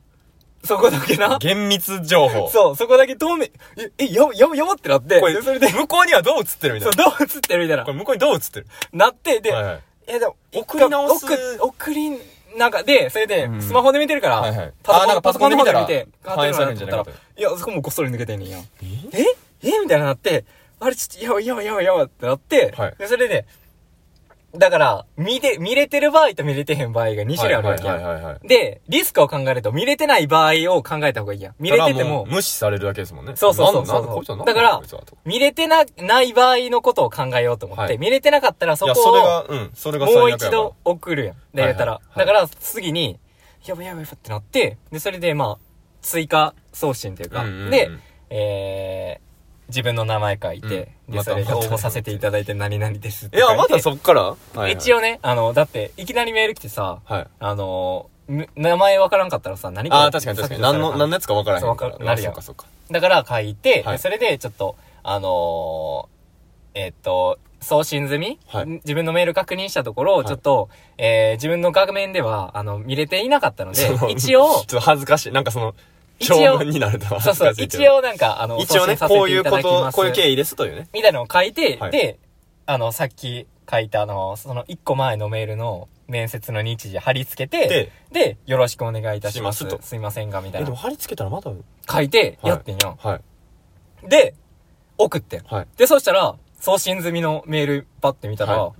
Speaker 3: そこだけな。
Speaker 2: 厳密情報。
Speaker 3: そう、そこだけ透明、え、え、やば、やば、やばってなって、
Speaker 2: これ、
Speaker 3: でそれで、
Speaker 2: 向こうにはどう映ってるみた
Speaker 3: そ、
Speaker 2: いうな。
Speaker 3: どう映ってるみたい
Speaker 2: こ
Speaker 3: な
Speaker 2: れ、向こうにどう映ってる
Speaker 3: なって、で、
Speaker 2: はいはい。
Speaker 3: いやでも、
Speaker 2: 送り直す
Speaker 3: 送送り、なんか、で、それで
Speaker 2: うん、
Speaker 3: スマホで見てるから、
Speaker 2: はいはい
Speaker 3: パソコ
Speaker 2: あ
Speaker 3: ン
Speaker 2: なんかパ
Speaker 3: パ
Speaker 2: ソ
Speaker 3: ソ
Speaker 2: コ
Speaker 3: コ
Speaker 2: ン
Speaker 3: ンで見た
Speaker 2: で見たら
Speaker 3: ら、見て、
Speaker 2: 反映されるんじゃなかった
Speaker 3: いや、そこもごっそり抜けてんねんよ。
Speaker 2: え
Speaker 3: ええみたいになって、あれちょっと、やばいやばいやばいやばいってなって、
Speaker 2: はい
Speaker 3: で、それで、だから、見て、見れてる場合と見れてへん場合が2種類あるわけやん。
Speaker 2: はいはいはいはいはい。
Speaker 3: で、リスクを考えると、見れてない場合を考えた方がいいやん。見れてて
Speaker 2: ただ
Speaker 3: も
Speaker 2: う、無視されるだけですもんね。
Speaker 3: そうそうそう
Speaker 2: なん
Speaker 3: そう
Speaker 2: だなんだこいつはなん
Speaker 3: だから
Speaker 2: こいつはと
Speaker 3: 見れてな、ない場合のことを考えようと思って、
Speaker 2: はい
Speaker 3: 見れてなかったらそ
Speaker 2: いや、
Speaker 3: こ
Speaker 2: それ
Speaker 3: を
Speaker 2: が、うん、それが
Speaker 3: もう
Speaker 2: 最悪
Speaker 3: 一
Speaker 2: やから
Speaker 3: 度送るやん。で、
Speaker 2: はいはい
Speaker 3: 言ったら。
Speaker 2: はい
Speaker 3: だから、次に、やばいやばいやばいってなって、で、それで、まあ、追加送信というか、
Speaker 2: うんうんうん
Speaker 3: で、えー、自分の名前書いて、
Speaker 2: うん
Speaker 3: で、
Speaker 2: また
Speaker 3: それで応募させていただいて何々ですって
Speaker 2: い
Speaker 3: 書いて。
Speaker 2: や、まだそっからはいはい
Speaker 3: 一。応ね、あの、だって、いきなりメール来てさ、
Speaker 2: はい。
Speaker 3: あの、む名前わからんかったらさ、何
Speaker 2: ああ、確かに確かに。何の、何のやつか分からへん
Speaker 3: そうわかるなるやん
Speaker 2: あそうかそうか。
Speaker 3: だから書いて、
Speaker 2: はい
Speaker 3: でそれでちょっと、あのーえっと、送信済み、
Speaker 2: はい
Speaker 3: 自分のメール確認したところ、
Speaker 2: い
Speaker 3: ちょっと、えー自分の画面では、あの、見れていなかったので
Speaker 2: その、
Speaker 3: 一応
Speaker 2: ち、ょっと恥ずかしい。なんかその、
Speaker 3: 一応
Speaker 2: 長文になると恥
Speaker 3: そう
Speaker 2: ず
Speaker 3: そう
Speaker 2: か、しいけど
Speaker 3: 一、応なんか、あの、
Speaker 2: 一応
Speaker 3: 送信
Speaker 2: ね、
Speaker 3: させ
Speaker 2: こうい
Speaker 3: て
Speaker 2: う
Speaker 3: た
Speaker 2: こ
Speaker 3: だき
Speaker 2: と
Speaker 3: ま、す
Speaker 2: こういう経緯ですというね。
Speaker 3: みたいなのを書いて、
Speaker 2: はい
Speaker 3: で、あの、さっき書いたあの、その一個前のメールの面接の日時貼り付けて、
Speaker 2: で、
Speaker 3: で、よろしくお願いいたします。
Speaker 2: し
Speaker 3: す
Speaker 2: ますと
Speaker 3: いませんが、みた
Speaker 2: え、
Speaker 3: い
Speaker 2: で
Speaker 3: な
Speaker 2: も。貼り付けたらまだ、
Speaker 3: 書いて、
Speaker 2: はい
Speaker 3: やってんよ。
Speaker 2: はい。
Speaker 3: で、送ってん。
Speaker 2: はい。
Speaker 3: で、そしたら、送信済みのメールパッて見たら、
Speaker 2: は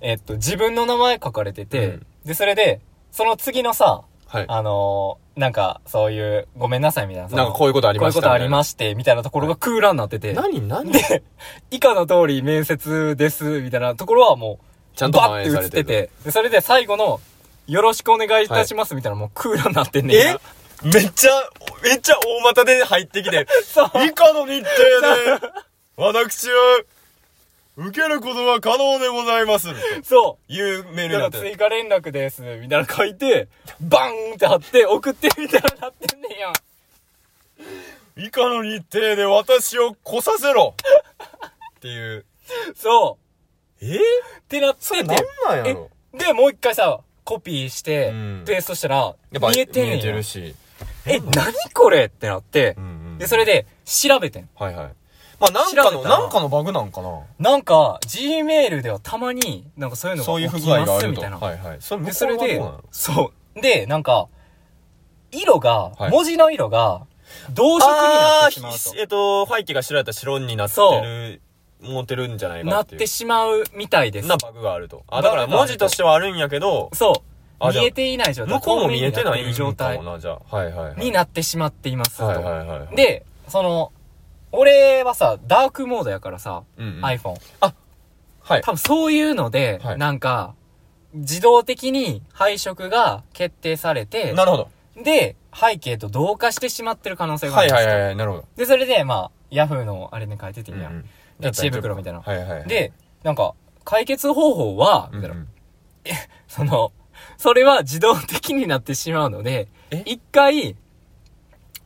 Speaker 3: えっと、自分の名前書かれてて、
Speaker 2: うん
Speaker 3: で、それで、その次のさ、
Speaker 2: はい。
Speaker 3: あのーなんか、そういう、ごめんなさいみたいな。その
Speaker 2: なんかこういうことあり
Speaker 3: こうい
Speaker 2: ま
Speaker 3: う
Speaker 2: した
Speaker 3: こ
Speaker 2: ね
Speaker 3: とありまして、みたいなところが空欄になってて、
Speaker 2: 何何
Speaker 3: で、以下の通り面接です、みたいなところはもう、
Speaker 2: ちゃんと
Speaker 3: バ
Speaker 2: 反
Speaker 3: ッ
Speaker 2: 映
Speaker 3: て
Speaker 2: さ
Speaker 3: 映
Speaker 2: れ
Speaker 3: ってて
Speaker 2: る。
Speaker 3: て、でそれで最後の、よろしくお願いいたします、みたいな、もう空欄になってんねんな。
Speaker 2: えめっちゃ、めっちゃ大股で入って きて、
Speaker 3: そう。
Speaker 2: 以下の日程で、私は、受けることは可能でござ います。
Speaker 3: そう。
Speaker 2: いうメールに
Speaker 3: だか
Speaker 2: なっ
Speaker 3: ら
Speaker 2: て
Speaker 3: 追
Speaker 2: る。
Speaker 3: 加連絡です、みたいなの書いて、バーンって貼って、送って、みたいなのなってんねんやん。
Speaker 2: 以下の日程で私を来させろっていう。
Speaker 3: そ
Speaker 2: え
Speaker 3: う。ってなってて、
Speaker 2: なん
Speaker 3: えで、もう一回さ、コピーして
Speaker 2: うん、
Speaker 3: ペーストしたら、
Speaker 2: やっぱ
Speaker 3: 見えてん
Speaker 2: 見
Speaker 3: ね
Speaker 2: え
Speaker 3: ん
Speaker 2: て
Speaker 3: や
Speaker 2: る
Speaker 3: ん。
Speaker 2: し。
Speaker 3: え、何これってなって
Speaker 2: う、んうん。
Speaker 3: で、それで、調べてん。
Speaker 2: はいはい。まあなんか
Speaker 3: 調
Speaker 2: の、
Speaker 3: べたら
Speaker 2: なんかのバグなんかな。
Speaker 3: なんか、Gmail ではたまに、なんかそういうの
Speaker 2: そういう
Speaker 3: が
Speaker 2: 不
Speaker 3: 起き
Speaker 2: 具合が
Speaker 3: ま
Speaker 2: あ
Speaker 3: す、
Speaker 2: る
Speaker 3: み
Speaker 2: と。
Speaker 3: たいな。
Speaker 2: はいはい。それ
Speaker 3: で、
Speaker 2: 向
Speaker 3: それ
Speaker 2: こう側どう
Speaker 3: で
Speaker 2: なの、
Speaker 3: そう。で、なんか、色が
Speaker 2: は、い
Speaker 3: 文字の色が、同色になってしまうと
Speaker 2: あ。ーえっと、背景が白やったら白になって
Speaker 3: そ
Speaker 2: る、持ってるんじゃないか
Speaker 3: な
Speaker 2: な
Speaker 3: っ
Speaker 2: ってい
Speaker 3: て
Speaker 2: う。
Speaker 3: しまうみたいです
Speaker 2: な。バグがあると。あ、
Speaker 3: バ
Speaker 2: だ
Speaker 3: グ
Speaker 2: か
Speaker 3: があ
Speaker 2: ら
Speaker 3: ると
Speaker 2: 文字としてはあるんやけど、
Speaker 3: そう
Speaker 2: あ。じゃあ
Speaker 3: 見えていない状態。
Speaker 2: 向こうも見えてない
Speaker 3: 状態
Speaker 2: んかもな、じゃあ。はいはいはい。
Speaker 3: になってしまっています
Speaker 2: はいは
Speaker 3: と。
Speaker 2: いはい。、
Speaker 3: で、その、俺はさ、ダークモードやからさ、
Speaker 2: うんうん。はい。
Speaker 3: iPhone。
Speaker 2: はい。
Speaker 3: 多分そういうので
Speaker 2: は、い
Speaker 3: なんか、自動的に配色が決定されて、
Speaker 2: なるほど。
Speaker 3: で、背景と同化してしまってる可能性があ
Speaker 2: はい
Speaker 3: るんで
Speaker 2: は
Speaker 3: す
Speaker 2: い
Speaker 3: よ。
Speaker 2: はい。なるほど。
Speaker 3: で、それで、まあ、ヤフーのあれに変えてていいや、
Speaker 2: うんうん
Speaker 3: で知恵袋みたいな
Speaker 2: はいはいはい。
Speaker 3: で、なんか、解決方法は、
Speaker 2: うん
Speaker 3: み
Speaker 2: う、
Speaker 3: たいなんその、それは自動的になってしまうので
Speaker 2: え、
Speaker 3: 一回、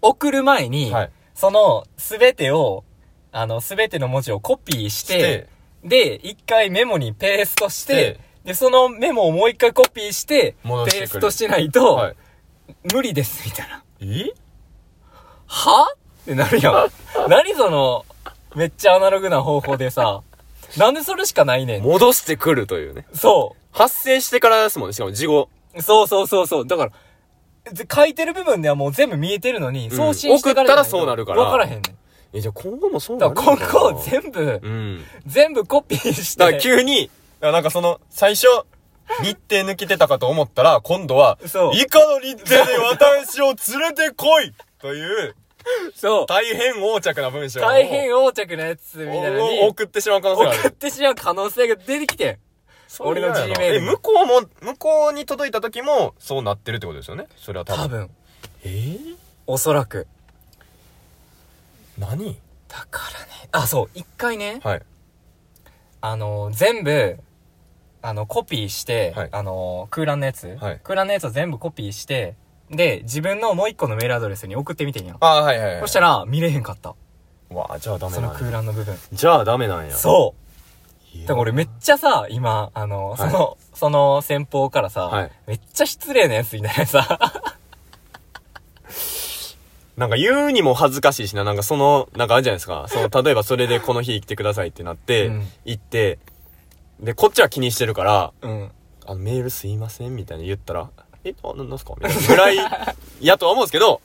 Speaker 3: 送る前に、
Speaker 2: はい。
Speaker 3: その、すべてを、あの、すべての文字をコピーして、で、一回メモにペーストして
Speaker 2: で、
Speaker 3: で、そのメモをもう一回コピーして、
Speaker 2: 戻してく
Speaker 3: ペー
Speaker 2: る
Speaker 3: ストしないと、
Speaker 2: はい
Speaker 3: 無理です、みたいな。
Speaker 2: え
Speaker 3: はってなるやん。何その、めっちゃアナログな方法でさ、なんでそれしかないねん。
Speaker 2: 戻してくるというね。
Speaker 3: そ
Speaker 2: 発生してからですもんね。しかも事後。
Speaker 3: う。そうそうそうそう。だから、ぜ書いてる部分ではもう全部見えてるのに、
Speaker 2: うん
Speaker 3: 送信してからじゃいと
Speaker 2: 送ったらそうなるから
Speaker 3: わからへんねん。
Speaker 2: え、じゃあ今後もそうな
Speaker 3: だ
Speaker 2: の
Speaker 3: か
Speaker 2: からな
Speaker 3: 今後全部、
Speaker 2: うん。
Speaker 3: 全部コピーして。
Speaker 2: だから急に、だからなんかその、最初、日程抜けてたかと思ったら、今度は、
Speaker 3: そう
Speaker 2: 以下の日程で私を連れて来いという、
Speaker 3: そう。
Speaker 2: 大変横着な文章を。
Speaker 3: 大変横着なやつみたいなの
Speaker 2: を
Speaker 3: に、
Speaker 2: 送ってしまう可能性があ
Speaker 3: 送っ
Speaker 2: る。
Speaker 3: てしまう可能性が出てきてん。俺の G メー
Speaker 2: え、
Speaker 3: ル
Speaker 2: 向こうも、向こうに届いた時も、そうなってるってことですよね。それは多分。
Speaker 3: 多分、
Speaker 2: えー、
Speaker 3: おそらく。
Speaker 2: 何
Speaker 3: だからね。あ、そう。一回ね、
Speaker 2: はい。
Speaker 3: あの、全部、あの、コピーして、
Speaker 2: はい
Speaker 3: あの、空欄のやつ、
Speaker 2: はい
Speaker 3: 空欄のやつを全部コピーして、で、自分のもう一個のメールアドレスに送ってみてんやん。
Speaker 2: あーはいはいはい。
Speaker 3: そしたら、見れへんかった。
Speaker 2: わあ、じゃあダメ
Speaker 3: そ
Speaker 2: な
Speaker 3: の
Speaker 2: んや。
Speaker 3: 空欄の部分。
Speaker 2: じゃあダメなんや。
Speaker 3: そう
Speaker 2: いや
Speaker 3: だから俺めっちゃさ、今、あの、その、その先方からさ、
Speaker 2: はい
Speaker 3: めっちゃ失礼なやつみたいなさ、
Speaker 2: なんか言うにも恥ずかしいしな、なんかその、なんかあるじゃないで すか。その、例えばそれでこの日来てくださいってなって、
Speaker 3: うん
Speaker 2: 行って、で、こっちは気にしてるから、
Speaker 3: うん。
Speaker 2: あの、メールすいませんみたいな言ったら、え、あ、ななんすかみたいな ぐらい、やとは思うんですけど、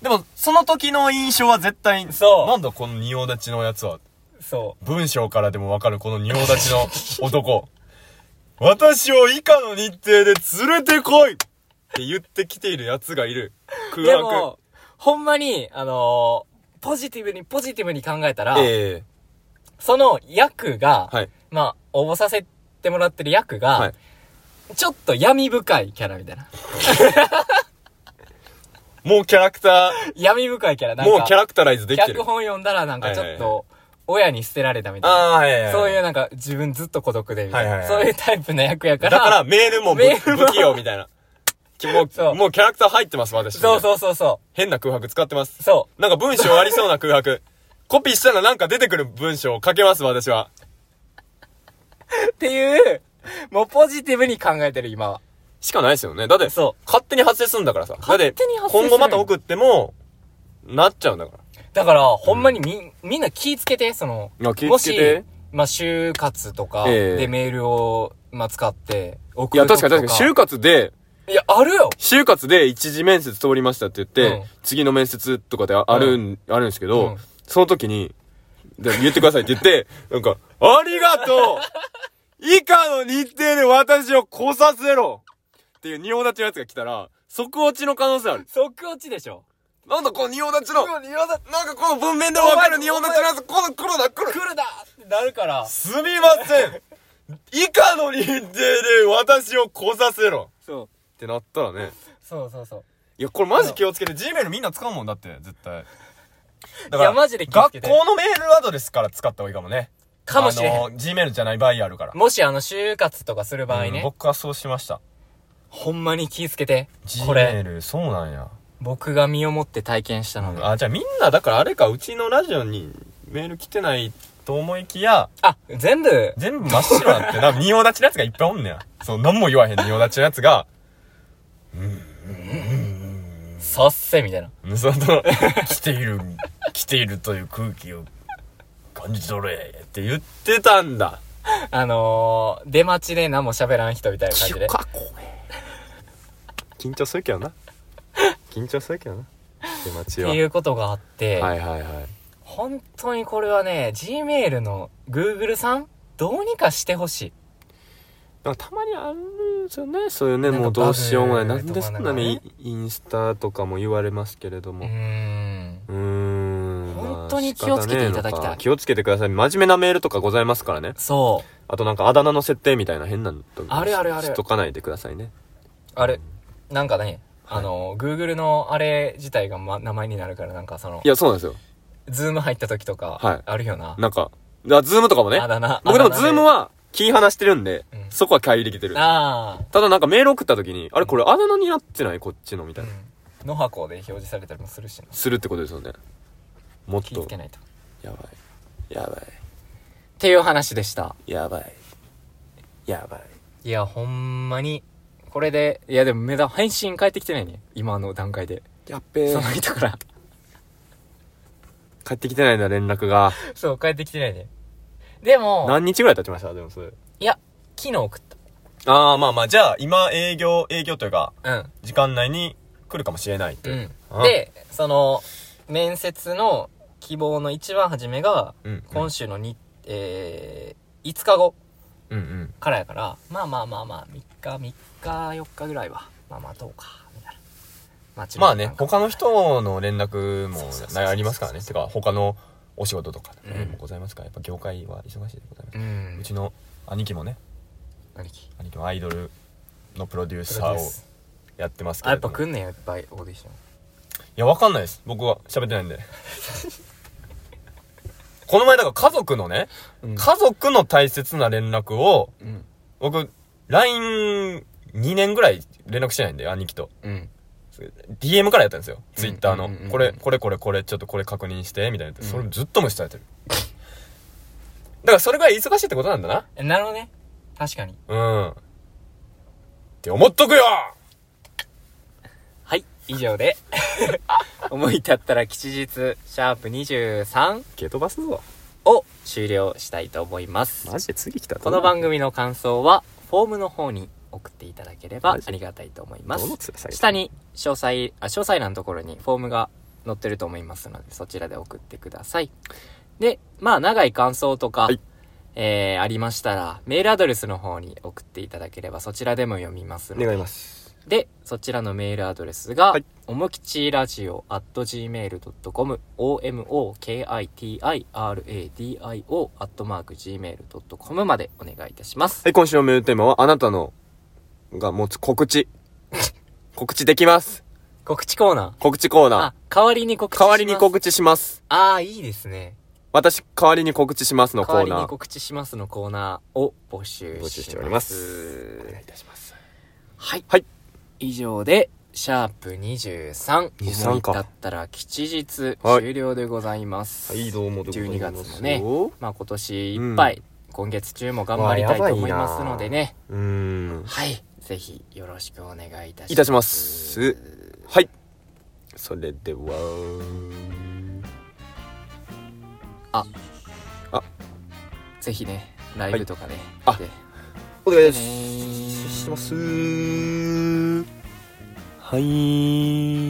Speaker 2: でも、その時の印象は絶対、
Speaker 3: そう
Speaker 2: なんだこの仁王立ちのやつは、
Speaker 3: そう。
Speaker 2: 文章からでもわかるこの仁王立ちの男。 私を以下の日程で連れてこいって言ってきているやつがいる。空
Speaker 3: で
Speaker 2: 白。
Speaker 3: も、ほんまに、あのーポジティブにポジティブに考えたら、
Speaker 2: ええ
Speaker 3: その役が、
Speaker 2: はい。
Speaker 3: まあ、応募させてもらってる役が、
Speaker 2: はい
Speaker 3: ちょっと闇深いキャラみたいな。
Speaker 2: もうキャラクタ
Speaker 3: 闇深いキャラ、
Speaker 2: ー、
Speaker 3: なんか、
Speaker 2: もうキャラクタライズできて
Speaker 3: 脚
Speaker 2: る。
Speaker 3: 本読んだらなんかちょ
Speaker 2: はい
Speaker 3: っ
Speaker 2: はいは
Speaker 3: と、親に捨てられたみたいな。
Speaker 2: ああ、いやいや
Speaker 3: そういう
Speaker 2: う。
Speaker 3: なんか、自分ずっと孤独でみたいな、
Speaker 2: はいはいはい
Speaker 3: そういうタイプの役やか
Speaker 2: だ
Speaker 3: ら、
Speaker 2: からメールもぶ
Speaker 3: メールも
Speaker 2: 不器用みたいな。きも
Speaker 3: そう
Speaker 2: う、もうキャラクター入ってます、私。
Speaker 3: そう
Speaker 2: う。
Speaker 3: そうそうそ
Speaker 2: 変な空白使ってま
Speaker 3: う。
Speaker 2: す。
Speaker 3: そ
Speaker 2: なんか文章ありそうな空白。コピーしたらなんか出てくる文章を書けます、私は。
Speaker 3: う。っていう、もうポジティブに考えてる今は。
Speaker 2: しかないですよね。だって、
Speaker 3: そ
Speaker 2: 勝手に発生するんだからさ。だっ
Speaker 3: 勝
Speaker 2: て
Speaker 3: 手に発生する
Speaker 2: 今後また送っても、なっちゃうんだから。
Speaker 3: だから、ほんまにみ、みんな気ぃつけて、その、
Speaker 2: いや気
Speaker 3: も
Speaker 2: ぃつけて
Speaker 3: し、まあ、就活とか
Speaker 2: ええ
Speaker 3: でメールを、まあ、使って送るとか。
Speaker 2: 活で、
Speaker 3: いや、あるよ
Speaker 2: 就活で一次面接通りましたって言って、
Speaker 3: うん
Speaker 2: 次の面接とかでああるん、あるんですけど、
Speaker 3: うん
Speaker 2: その時に、で言ってくださいって言 って、なんか、ありがとう以下の日程で私を来させろっていう仁王立ちのやつが来たら、即落ちの可能性ある。
Speaker 3: 即落ちでしょ
Speaker 2: なんだこの仁王立ちの、なん
Speaker 3: 嫌だ
Speaker 2: かこの文面でわかる仁王立ちのやつ、この黒だ、黒だ
Speaker 3: 来るなってなるから。
Speaker 2: すみません以下の日程で私を来させろ
Speaker 3: そう。
Speaker 2: ってなったらね。
Speaker 3: そうそうそう。
Speaker 2: いや、これマジ気をつけて、Gmail みんな使うもんだって、絶対。だ
Speaker 3: いやマジで気をつけて
Speaker 2: 学校のメールアドレスから使った方がいいかもね。
Speaker 3: かもしれへん。
Speaker 2: あの、Gmail じゃない場合あるから。
Speaker 3: もし、あの、就活とかする場合
Speaker 2: うん
Speaker 3: ね、
Speaker 2: 僕はそうしました。
Speaker 3: ほんまに気ぃつけて。これ、
Speaker 2: Gmail、そうなんや。
Speaker 3: 僕が身をもって体験したので。
Speaker 2: あ、じゃあみんな、だからあれか、うちのラジオにメール来てないと思いきや、
Speaker 3: あ、全部、
Speaker 2: 全部真っ白なって、な、仁王立ちのやつがいっぱいおんねや。そう、何も言わへん仁王立ちのやつが、
Speaker 3: さっせ、みたいな。
Speaker 2: その、来ている、 来ているという空気を感じ取れって言ってたんだ。
Speaker 3: あのー、出待ちで何も喋らん人みたいな感じで。
Speaker 2: かこれ。緊張するけどな。緊張するけどな。出待ち
Speaker 3: っ
Speaker 2: は。
Speaker 3: ていうことがあって、
Speaker 2: はいはいはい。
Speaker 3: 本当にこれはね、Gmail の Google さん、どうにかしてほしい。
Speaker 2: なんかたまにあるんですよね。そういうね、
Speaker 3: なんか
Speaker 2: もうどうしようもない。な
Speaker 3: バグ
Speaker 2: ん
Speaker 3: と
Speaker 2: で
Speaker 3: か
Speaker 2: そん
Speaker 3: な
Speaker 2: なん
Speaker 3: かね
Speaker 2: にインスタとかも言われますけれど
Speaker 3: う
Speaker 2: も。
Speaker 3: ーん。
Speaker 2: うーん。まあ
Speaker 3: 本当に気をつけていただきたい
Speaker 2: 仕方ねえのか気をつけてください。真面目なメールとかございますからね。
Speaker 3: そ
Speaker 2: あとなんかあだ名の設定みたいな変なのとか
Speaker 3: あるあるある
Speaker 2: しとかないでくださいね。
Speaker 3: う。あれ、なんかね、あの、Google のあれ自体が、ま、名前になるから、なんかその
Speaker 2: い、や、そうなんですよ。
Speaker 3: ズーム入った時と
Speaker 2: は
Speaker 3: か
Speaker 2: い、
Speaker 3: あるよな。
Speaker 2: なんか、あズームとかもね
Speaker 3: あ。だ名。
Speaker 2: 僕でもズーム
Speaker 3: は、
Speaker 2: は切り離してるんで、
Speaker 3: うん
Speaker 2: そこは乖離できてる。
Speaker 3: ああ、
Speaker 2: ただなんかメール送った時に、あれこれあだ名になってないこっちのみた
Speaker 3: う
Speaker 2: い
Speaker 3: ん
Speaker 2: な。。
Speaker 3: 野箱で表示されたりもするしな。
Speaker 2: するってことですよね。もっ
Speaker 3: 気ぃ
Speaker 2: と
Speaker 3: つけ。ないと。
Speaker 2: やばい。やばい。
Speaker 3: っていう話でした。
Speaker 2: やばい。やばい。
Speaker 3: いや、ほんまに、これで、いやでもメダ返信返ってきてないね。今の段階で。
Speaker 2: やっべ
Speaker 3: その人から。
Speaker 2: 帰ってきてないな、連絡が。
Speaker 3: そう、返ってきてないね。でも、
Speaker 2: 何日ぐらい経ちましたでもそれ。
Speaker 3: いや、昨日送っ
Speaker 2: ああ、まあまあ、じゃあ、今、営業、営業というか、
Speaker 3: た。うん。
Speaker 2: 時間内に来るかもしれないって。
Speaker 3: うん
Speaker 2: あ、
Speaker 3: で、その、面接の希望の一番初めが、
Speaker 2: うん。
Speaker 3: 今週のに、えー、5日後
Speaker 2: うんうん。
Speaker 3: からやから、まあまあまあまあ、3日、3日、4日ぐらいは、まあまあ、どうか、みたいな。まあちょっと
Speaker 2: まあね
Speaker 3: なん、か
Speaker 2: 他の人の連絡も
Speaker 3: そうそうそうそう
Speaker 2: なありますからね。てか、他のお仕事とか
Speaker 3: うん
Speaker 2: もございますから、やっぱ業界は忙しいでございま
Speaker 3: う。
Speaker 2: す。うんちの兄貴もね、
Speaker 3: 兄貴。
Speaker 2: 兄貴もアイドルのプロデュー
Speaker 3: プ
Speaker 2: サ
Speaker 3: ロ
Speaker 2: ー
Speaker 3: デュー
Speaker 2: を
Speaker 3: ス
Speaker 2: やってますけ
Speaker 3: あ、
Speaker 2: れ
Speaker 3: やっ
Speaker 2: ど
Speaker 3: ぱ
Speaker 2: も。
Speaker 3: 来んねんよ、いっぱい、オーディション。
Speaker 2: いや、わかんないです。僕は喋ってないんで。 この前、だから家族のね、
Speaker 3: うん
Speaker 2: 家族の大切な連絡を、
Speaker 3: うん。
Speaker 2: 僕、LINE2 年ぐらい連絡してないんで、兄貴と。
Speaker 3: うん。
Speaker 2: DM からやったんですよ。
Speaker 3: うん
Speaker 2: Twitter
Speaker 3: う
Speaker 2: の
Speaker 3: んうんうん。
Speaker 2: これ、これ、これ、これ、ちょっとこれ確認して、みたいなやつ。
Speaker 3: うん
Speaker 2: それずっと無視されてる。だからそれぐらい忙しいってことなんだな。
Speaker 3: えなるほどね。確かに。
Speaker 2: うん。って思っとくよ
Speaker 3: はい、以上で。 思い立ったら吉日、シャープ23
Speaker 2: 蹴飛ばすぞ。
Speaker 3: を終了したいと思います。
Speaker 2: ジで次来た
Speaker 3: この番組の感想は、フォームの方に送っていただければ
Speaker 2: マジ
Speaker 3: ありがたいと思います。
Speaker 2: 下
Speaker 3: 下に詳細、あ、詳細欄のところにフォームが載ってると思いますので、そちらで送ってください。で、まあ、長い感想とか、
Speaker 2: はい
Speaker 3: えー、ありましたら、メールアドレスの方に送っていただければ、そちらでも読みますので、
Speaker 2: 願います。
Speaker 3: で、そちらのメールアドレスが、
Speaker 2: はい
Speaker 3: おもきちラジオ at gmail.com、omokitiradio at mark gmail.com までお願いいたします。
Speaker 2: はい、今週のメールテーマは、あなたの、が持つ告知。 告知できます。
Speaker 3: 告知コーナー。
Speaker 2: 告知コーナ
Speaker 3: あ、代わりに告知し
Speaker 2: ー。
Speaker 3: ます。
Speaker 2: 代わりに告知します。
Speaker 3: ああ、いいですね。
Speaker 2: 私、代わりに告知しますのコ
Speaker 3: 代わ
Speaker 2: ー
Speaker 3: り
Speaker 2: ナ
Speaker 3: に
Speaker 2: ー。
Speaker 3: 告知しますのコーナーを募集
Speaker 2: 募集しております。
Speaker 3: し
Speaker 2: お
Speaker 3: ま
Speaker 2: 願いいたします。
Speaker 3: はい。
Speaker 2: はい
Speaker 3: 以上で、シャープ23。
Speaker 2: 23か
Speaker 3: だったら吉日
Speaker 2: はい
Speaker 3: 終了でございます。
Speaker 2: はい、どうもどうも。
Speaker 3: 12月もね。まあ今年いっぱい、今月中も頑張りたいと思いますのでね。
Speaker 2: うーん。
Speaker 3: はい。ぜひよろしくお願いいたします。
Speaker 2: いたします。はい。それでは、
Speaker 3: ぜひね、ライブとかね。
Speaker 2: はいあ
Speaker 3: で
Speaker 2: お願い
Speaker 3: します
Speaker 2: します。はい。